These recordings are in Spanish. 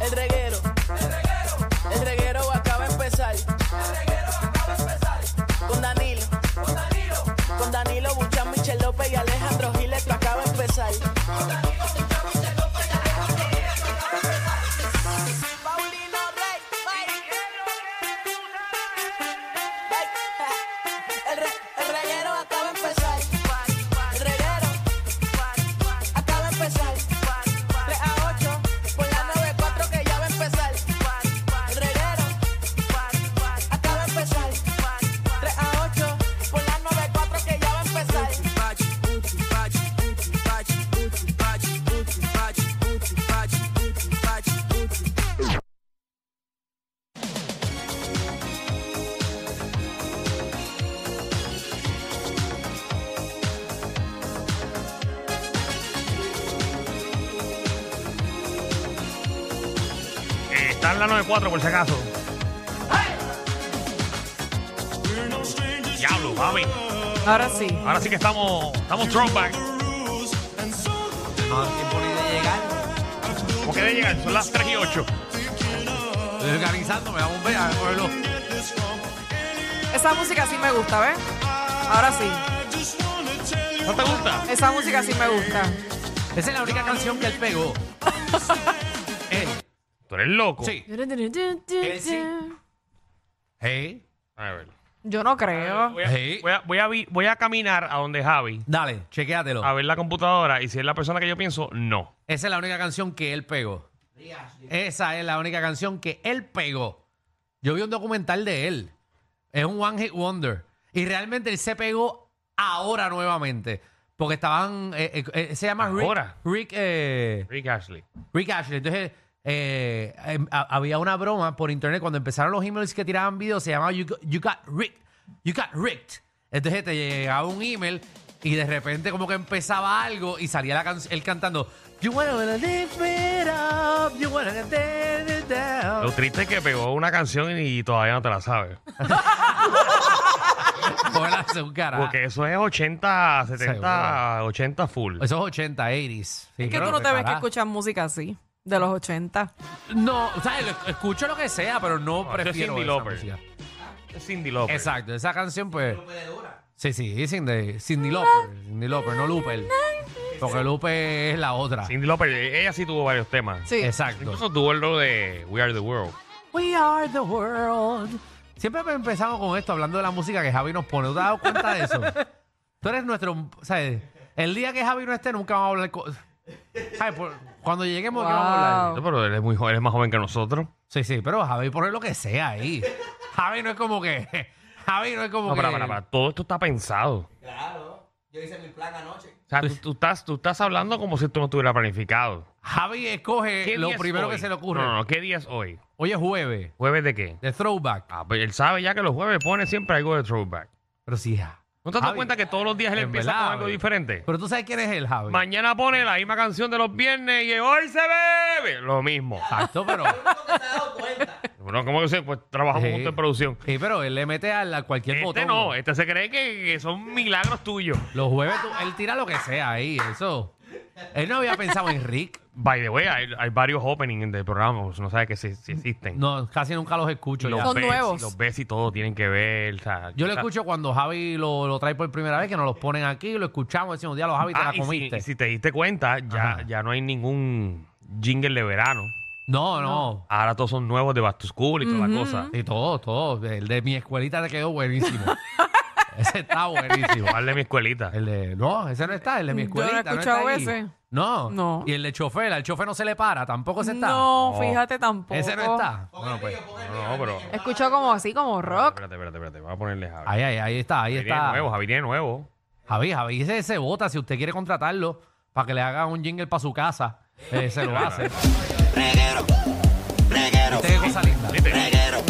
El reguero. El reguero acaba de empezar. Con Danilo. Con Danilo Buchan, Michel López y Alejandro Giles, esto acaba de empezar. Paulino Rey, bye. El re- el reguero acaba de empezar. El reguero acaba de empezar. 3 a 8 por la 94 que ya va a empezar. El reguero acaba de empezar. 3 a 8 por la 94 que ya va a empezar. Eh, Está en la 94 por si acaso. Diablo, mami. Ahora sí. Ahora sí que estamos, estamos throwback. No, tiempo ni de llegar. ¿Por qué de llegar? Son las 3 y 8. Estoy organizándome, vamos a ver, a ver, cógelo. Esa música sí me gusta, ¿ves? Ahora sí. ¿No te gusta? Esa música sí me gusta. Esa es la única canción que él pegó. Eh, Tú eres loco. sí. Él sí. Hey, A ver. Yo no creo. Voy a, Sí. voy a- voy a vi- voy a caminar a donde Javi dale, chequéatelo. a ver la computadora y si es la persona que yo pienso, no. Esa es la única canción que él pegó. Esa es la única canción que él pegó. Yo vi un documental de él. Es un One Hit Wonder. Y realmente él se pegó ahora nuevamente. Porque estaban. eh, eh, eh, se llama Rick. Ahora. Rick. eh, Rick Ashley. Rick Ashley. Entonces, eh, em, a- había una broma por internet cuando empezaron los emails que tiraban videos, se llamaba You Got, you got Rick. You Got Ricked. Entonces te llegaba un email y de repente como que empezaba algo y salía la canción, él cantando You wanna live it up, you wanna tear it down. Lo triste es que pegó una canción y todavía no te la sabes. Hola, es un carajo. Porque eso es 80, 70, 80 full. Esos 80, 80s. Sí, Es que pero tú no te ves que prepará. escuchas música así, de los 80. No, o sea, lo- escucho lo que sea, pero no, eso es prefiero Cyndi esa Lauper. música. Cindy López. Exacto, esa canción pues... Sí, sí, Cindy, Cindy Lauper, Cindy Lauper, no Luper. Porque Luper es la otra. Cindy López, eh, ella sí tuvo varios temas. Sí. Exacto. Incluso tuvo lo de We Are the World. We are the world. Siempre empezamos con esto, hablando de la música que Javi nos pone. ¿Tú te has dado cuenta de eso? Tú eres nuestro... ¿sabes? El día que Javi no esté, nunca vamos a hablar... co- Ay, por- cuando lleguemos, ¿qué vamos a hablar? Wow. No, pero él es muy joven, él es más joven que nosotros. Sí, sí, pero Javi pone lo que sea ahí. Javi no es como que... Javi no es como No, que... para, para, para. Todo esto está pensado. Claro. Yo hice mi plan anoche. O sea, tú, tú estás, tú estás hablando como si esto no estuviera planificado. Javi escoge Eh, lo día es primero que hoy? se le ocurre. No, no, no. ¿Qué día es hoy? Hoy es jueves, ¿Jueves de qué? de throwback. Ah, pues él sabe ya que los jueves pone siempre algo de throwback. Pero sí, ja- ¿No te has dado Javi, cuenta que todos los días él en empieza verdad, con algo Javi. diferente? Pero tú sabes quién es él, Javi. Mañana pone la misma canción de los viernes y hoy se bebe. Lo mismo. Exacto, pero. Bueno, ¿cómo que se? Pues trabajamos Sí. juntos en producción. Sí, pero él le mete a la- cualquier Este botón. no, eh. este se cree que, que son milagros tuyos. Los jueves tú- él tira lo que sea ahí, eso. Él no había pensado en Rick. By the way, hay, hay varios openings del programa, pues, no sabes que si, si existen. No, casi nunca los escucho. Los ya. Son ves, nuevos. Los ves y todo tienen que ver. o sea, Yo lo o sea, escucho cuando Javi lo, lo trae por primera vez, que nos los ponen aquí, lo escuchamos, decimos, diablo, Javi, te ah, la y si- comiste. Y si, te diste cuenta, ya, Ajá. ya no hay ningún jingle de verano. No, no. Ahora todos son nuevos de Back to School y toda la cosa. Y todo, todo. El de mi escuelita te quedó buenísimo. Ese está buenísimo. Igual de mi escuelita. El de, no, ese no está, el de mi Yo no he escuelita. está escuchado ahí. ese. No. No. Y el de chofer, al chofer no se le para, tampoco se está. No, No. fíjate tampoco. Ese no está. Bueno, pues. No, no, pero. Escucho como así, como rock. Espérate, espérate, espérate. Vamos a ponerle Javi. Ahí, ahí, ahí está, ahí Javi tiene está. nuevo, Javi tiene nuevo. Javi, Javi, ese se vota si usted quiere contratarlo para que le haga un jingle para su casa. eh, se lo hace. Reguero, reguero, Viste qué cosa linda. reguero,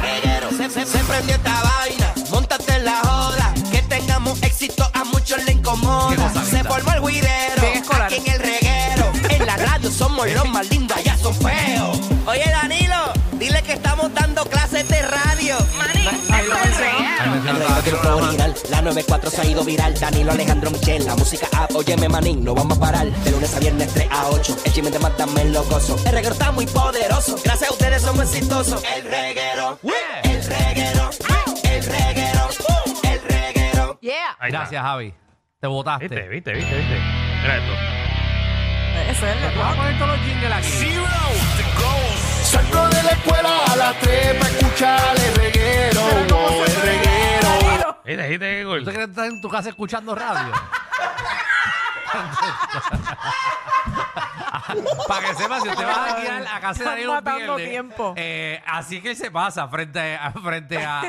reguero. Se, se, se prendió esta vaina, montate en la joda. Que tengamos éxito a muchos le Qué incomoda. cosa Se linda. formó el guidero, Bien escolar. aquí en el reguero. En la radio somos los más lindos, allá son feos. Oye Danilo, dile que estamos dando clases de radio. Pues Ahí Ahí me lo mencionó. El encanta. reggaetón tiene un flow original, la 94 se ha ido viral. Danilo Alejandro Michel, la música A, óyeme manín, no vamos a parar. De lunes a viernes 3 a 8, el chisme de Mátame lo gozo. El reggaetón está muy poderoso, gracias a ustedes somos exitosos. El reguero, Yeah. el reguero, el reguero, el reguero. Yeah. Ahí está. Gracias, Javi. Te votaste. Viste, viste, viste, viste. Mira esto. Ese es el de Vamos a Juan. poner todos los jingles aquí. Salgo de la escuela a las 3 para escuchar el reguero, no, el reguero. Viste, viste, qué cool. ¿Tú crees que estás en tu casa escuchando radio? Para que sepa, si usted va a tirar a casa de Danilo un Matando viernes, tiempo. eh, así que él se pasa frente, a- frente a,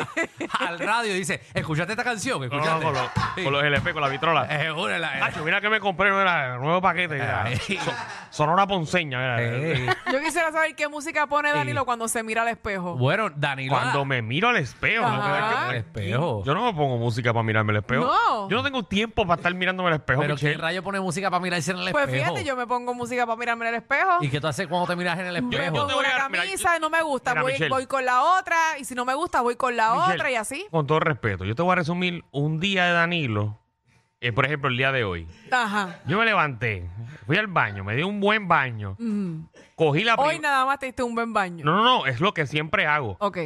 al radio y dice, escuchaste esta canción, No, escuchaste. no, con, los, Sí. con los LP, con la vitrola. Eh, una de las- Nacho, mira que me compré, mira, el nuevo paquete. Mira. Ay. So- Sonora Ponceña, mira. Eh, Yo quisiera saber qué música pone Danilo cuando se mira al espejo. bueno, Danilo. Cuando me miro al espejo, no Ajá. creas El que- espejo. Yo no me pongo música para mirarme el espejo. No. Yo no tengo tiempo para estar mirándome el espejo. Pero ¿quién Michelle. rayo pone música para mirarse en el Pues espejo? fíjate, yo me pongo música para mirarme al espejo. ¿Y qué tú haces cuando te miras en el Me espejo? yo te pongo voy una a- mira, camisa, yo- no me gusta, mira, voy, Michelle. voy con la otra, y si no me gusta, voy con la Michelle, otra y así. Con todo respeto, yo te voy a resumir un día de Danilo, eh, por ejemplo, el día de hoy. Ajá. Yo me levanté, fui al baño, me di un buen baño, cogí la Hoy prim- nada más te diste un buen baño. No, no, no, es lo que siempre hago. Ok.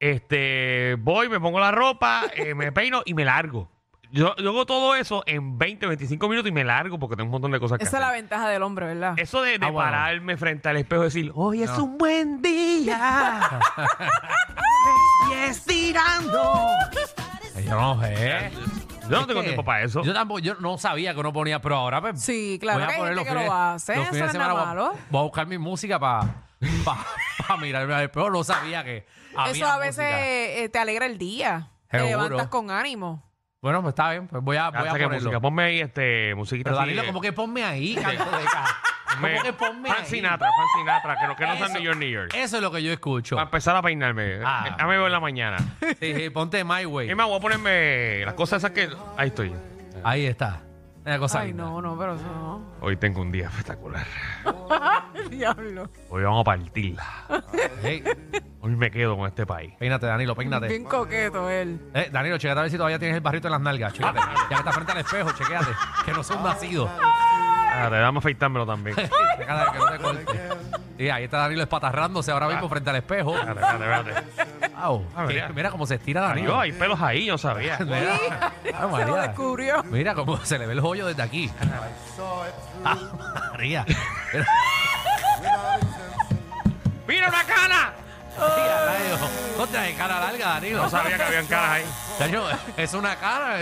Este, voy, me pongo la ropa, eh, me peino y me largo. Yo, yo hago todo eso en 20, 25 minutos y me largo porque tengo un montón de cosas que Esa es la hacer. ventaja del hombre, ¿verdad? Eso de, de Ah, bueno. pararme frente al espejo y decir, "Oh, hoy es No. un buen día. y estirando. Eh, Yo no sé. Yo no Es tengo que tiempo para eso. Yo tampoco, yo no sabía que uno ponía, pero ahora pues, Sí, claro voy a que hay poner gente los que lo fines- hace, los fines eso de no es semana nada voy a- malo. Voy a buscar mi música para pa, pa mirarme al espejo. No sabía que había Eso a veces música. eh, te alegra el día. Te Seguro. levantas con ánimo. Bueno, pues está bien, pues voy a, voy a Hasta que música. ponerlo. Ponme ahí este, musiquita. Pero así, Danilo, eh, como que ponme ahí, canto de ca- me- Como que ponme Frank ahí. Sinatra, Frank Sinatra, que no, que no sea Eso- New York, New York. Eso es lo que yo escucho. Para empezar a peinarme. eh, Ah. Ya me veo en la mañana. Sí, sí, ponte My Way. Es más, voy a ponerme las cosas esas que. Ahí estoy. Ahí está. Una cosa Ay, linda. no, no, pero eso no. Hoy tengo un día espectacular. Diablo. Hoy vamos a partirla. Hey, Hoy me quedo con este país. peínate, Danilo, peínate. Bien coqueto él. Eh, Danilo, chequete a ver si todavía tienes el barrito en las nalgas. Chequete. Ya que está frente al espejo, chequéate. Que no son nacidos. Ah, te dame afeitármelo también. Chequéate que no te cortes. Y ahí está Danilo espatarrándose ahora mismo frente al espejo. Espérate, espérate, espérate. Au, Ah, que- mira. mira cómo se estira Danilo, Danilo. hay pelos ahí, yo sabía. Mira. Ay, Se lo Ah, María. descubrió. Mira cómo se le ve el hoyo desde aquí. Ah, María. Mira, ¡Mira una cana! mira, rayos. Contra de cara larga, Danilo. No sabía que habían caras ahí. Danilo, es una cara,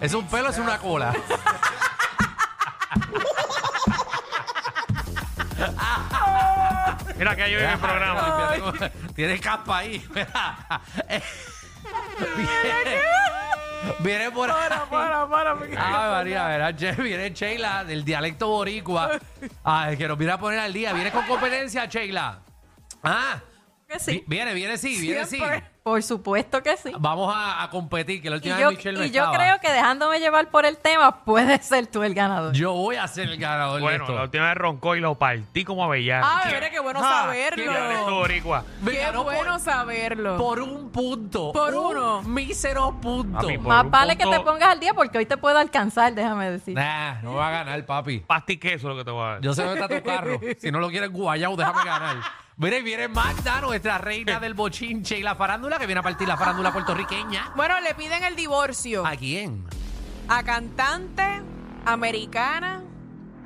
es un pelo, es una cola. Mira que hay hoy en el programa. Ay, mira, tengo- Tienes caspa ahí. mira. Eh, Viene, viene por ahí. Para, para, porque- Ay, María, verá, che, viene Sheila del dialecto boricua. Ay, que nos viene a poner al día. Viene con competencia, Sheila. Ah, que vi- sí. viene, viene sí, viene sí. Siempre. Por supuesto que sí. Vamos a, a competir, que la Y última yo, vez Michelle no y yo estaba. creo que dejándome llevar por el tema, puedes ser tú el ganador. Yo voy a ser el ganador de Bueno, esto. la última vez roncó y lo partí como avellano. Ay, Ah, mira, qué bueno Ah, Mira, eres tú, saberlo. boricua. Me Qué ganó por- bueno saberlo. Por un punto. Por Un uno. Mísero punto. Papi, por Más un vale que punto- te pongas al día porque hoy te puedo alcanzar, déjame decir. Nah, no va a ganar, papi. Pasta y queso lo que te voy a dar. Yo sé dónde está tu carro. Si no lo quieres guayao, déjame ganar. Mira, y viene Magda, nuestra reina del bochinche y la farándula, que viene a partir la farándula puertorriqueña. Bueno, le piden el divorcio ¿A quién? a cantante, americana,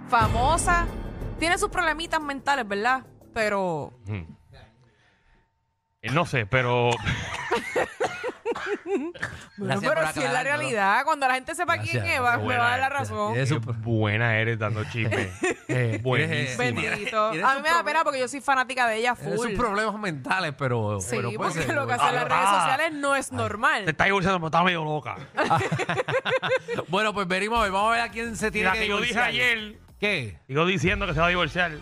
famosa. Tiene sus problemitas mentales, ¿verdad? Pero Eh, No sé, pero. Bueno, Gracias pero por si es la aclarármelo. realidad, cuando la gente sepa Gracias, quién es, va, me buena, va a dar la gracias. razón. Eres Qué un- buena eres dando chisme. Eh, Buenísima. tienes, eh, Bendito. tienes A mí un me da problema- pena porque yo soy fanática de ella tienes full. sus problemas mentales, pero. Sí, pero pues, eh, puede porque ser, Ah. lo que bueno. hacen las redes sociales no es Te normal. estás divorciando, pero estás medio loca. Bueno, pues venimos a ver, vamos a ver a quién se tiene La que que yo dije divorciar. ayer, ¿Qué? Sigo diciendo que se va a divorciar.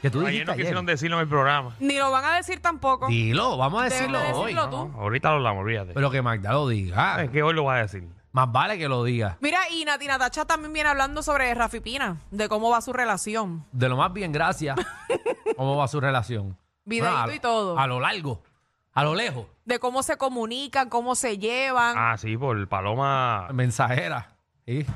Que tú Ayer dijiste no ayer. quisieron decirlo en el programa. Ni lo van a decir tampoco. Dilo, vamos a Debes de decirlo hoy. decirlo tú. Ahorita lo hablamos, olvídate. Pero que Magda lo diga. Es que hoy lo voy a decir. Más vale que lo diga. Mira, y Nati Natacha también viene hablando sobre Rafi Pina, de cómo va su relación. De lo más bien, gracias. ¿Cómo va su relación? Videíto Bueno, a lo- y todo. A lo largo, a lo lejos. De cómo se comunican, cómo se llevan. Ah, sí, por Paloma. Mensajera. ¿sí?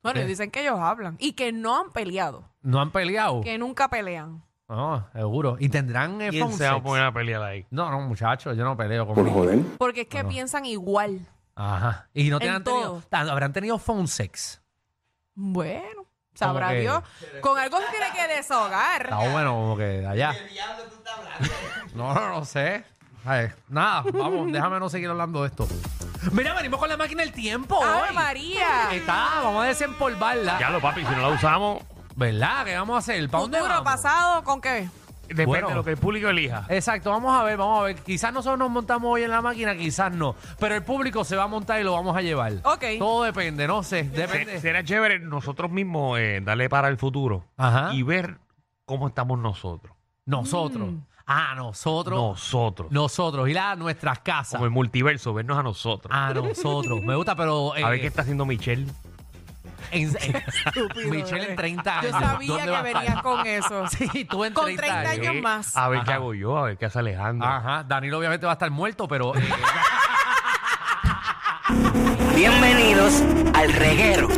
bueno, y ¿qué? dicen que ellos hablan. Y que no han peleado. No han peleado. Que nunca pelean. No, seguro. ¿Y tendrán eh, ¿Quién phone se va a sex? poner a pelear ahí? No, no, muchachos, yo no peleo con Por mi- joder. Porque es que piensan igual. Ajá. Y no te En han tenido, todo. tan- habrán tenido phone sex. Bueno, sabrá que- Dios. Con algo se tiene que desahogar. Está bueno como que de allá. No, no, no sé. Ay, nada, vamos, déjame no seguir hablando de esto. Mira, venimos con la máquina del tiempo. ¡Ave hoy. María! Está, vamos a desempolvarla. Ya lo, papi, si no la usamos, ¿Verdad? ¿Qué vamos a hacer? ¿Para dónde ¿Futuro, vamos? pasado, con qué? depende Bueno. de lo que el público elija. Exacto, vamos a ver, vamos a ver. Quizás nosotros nos montamos hoy en la máquina, quizás no. Pero el público se va a montar y lo vamos a llevar. Ok. Todo depende, no sé. Depende. Se- Será chévere nosotros mismos eh, darle para el futuro Ajá. y ver cómo estamos nosotros. Nosotros. Mm. Ah, nosotros. Nosotros. Nosotros. Y las nuestras casas. Como el multiverso, vernos a nosotros. A nosotros. Me gusta, pero. eh, A ver qué está haciendo Michelle. en- en- Michelle en 30 Yo años. sabía ¿dónde va que a venías estar? con eso. Sí, tú en Con 30, 30 años. Eh, más. A ver qué Ajá. hago yo, a ver qué hace Alejandro. Ajá. Danilo obviamente va a estar muerto, pero. eh, Bienvenidos al reguero.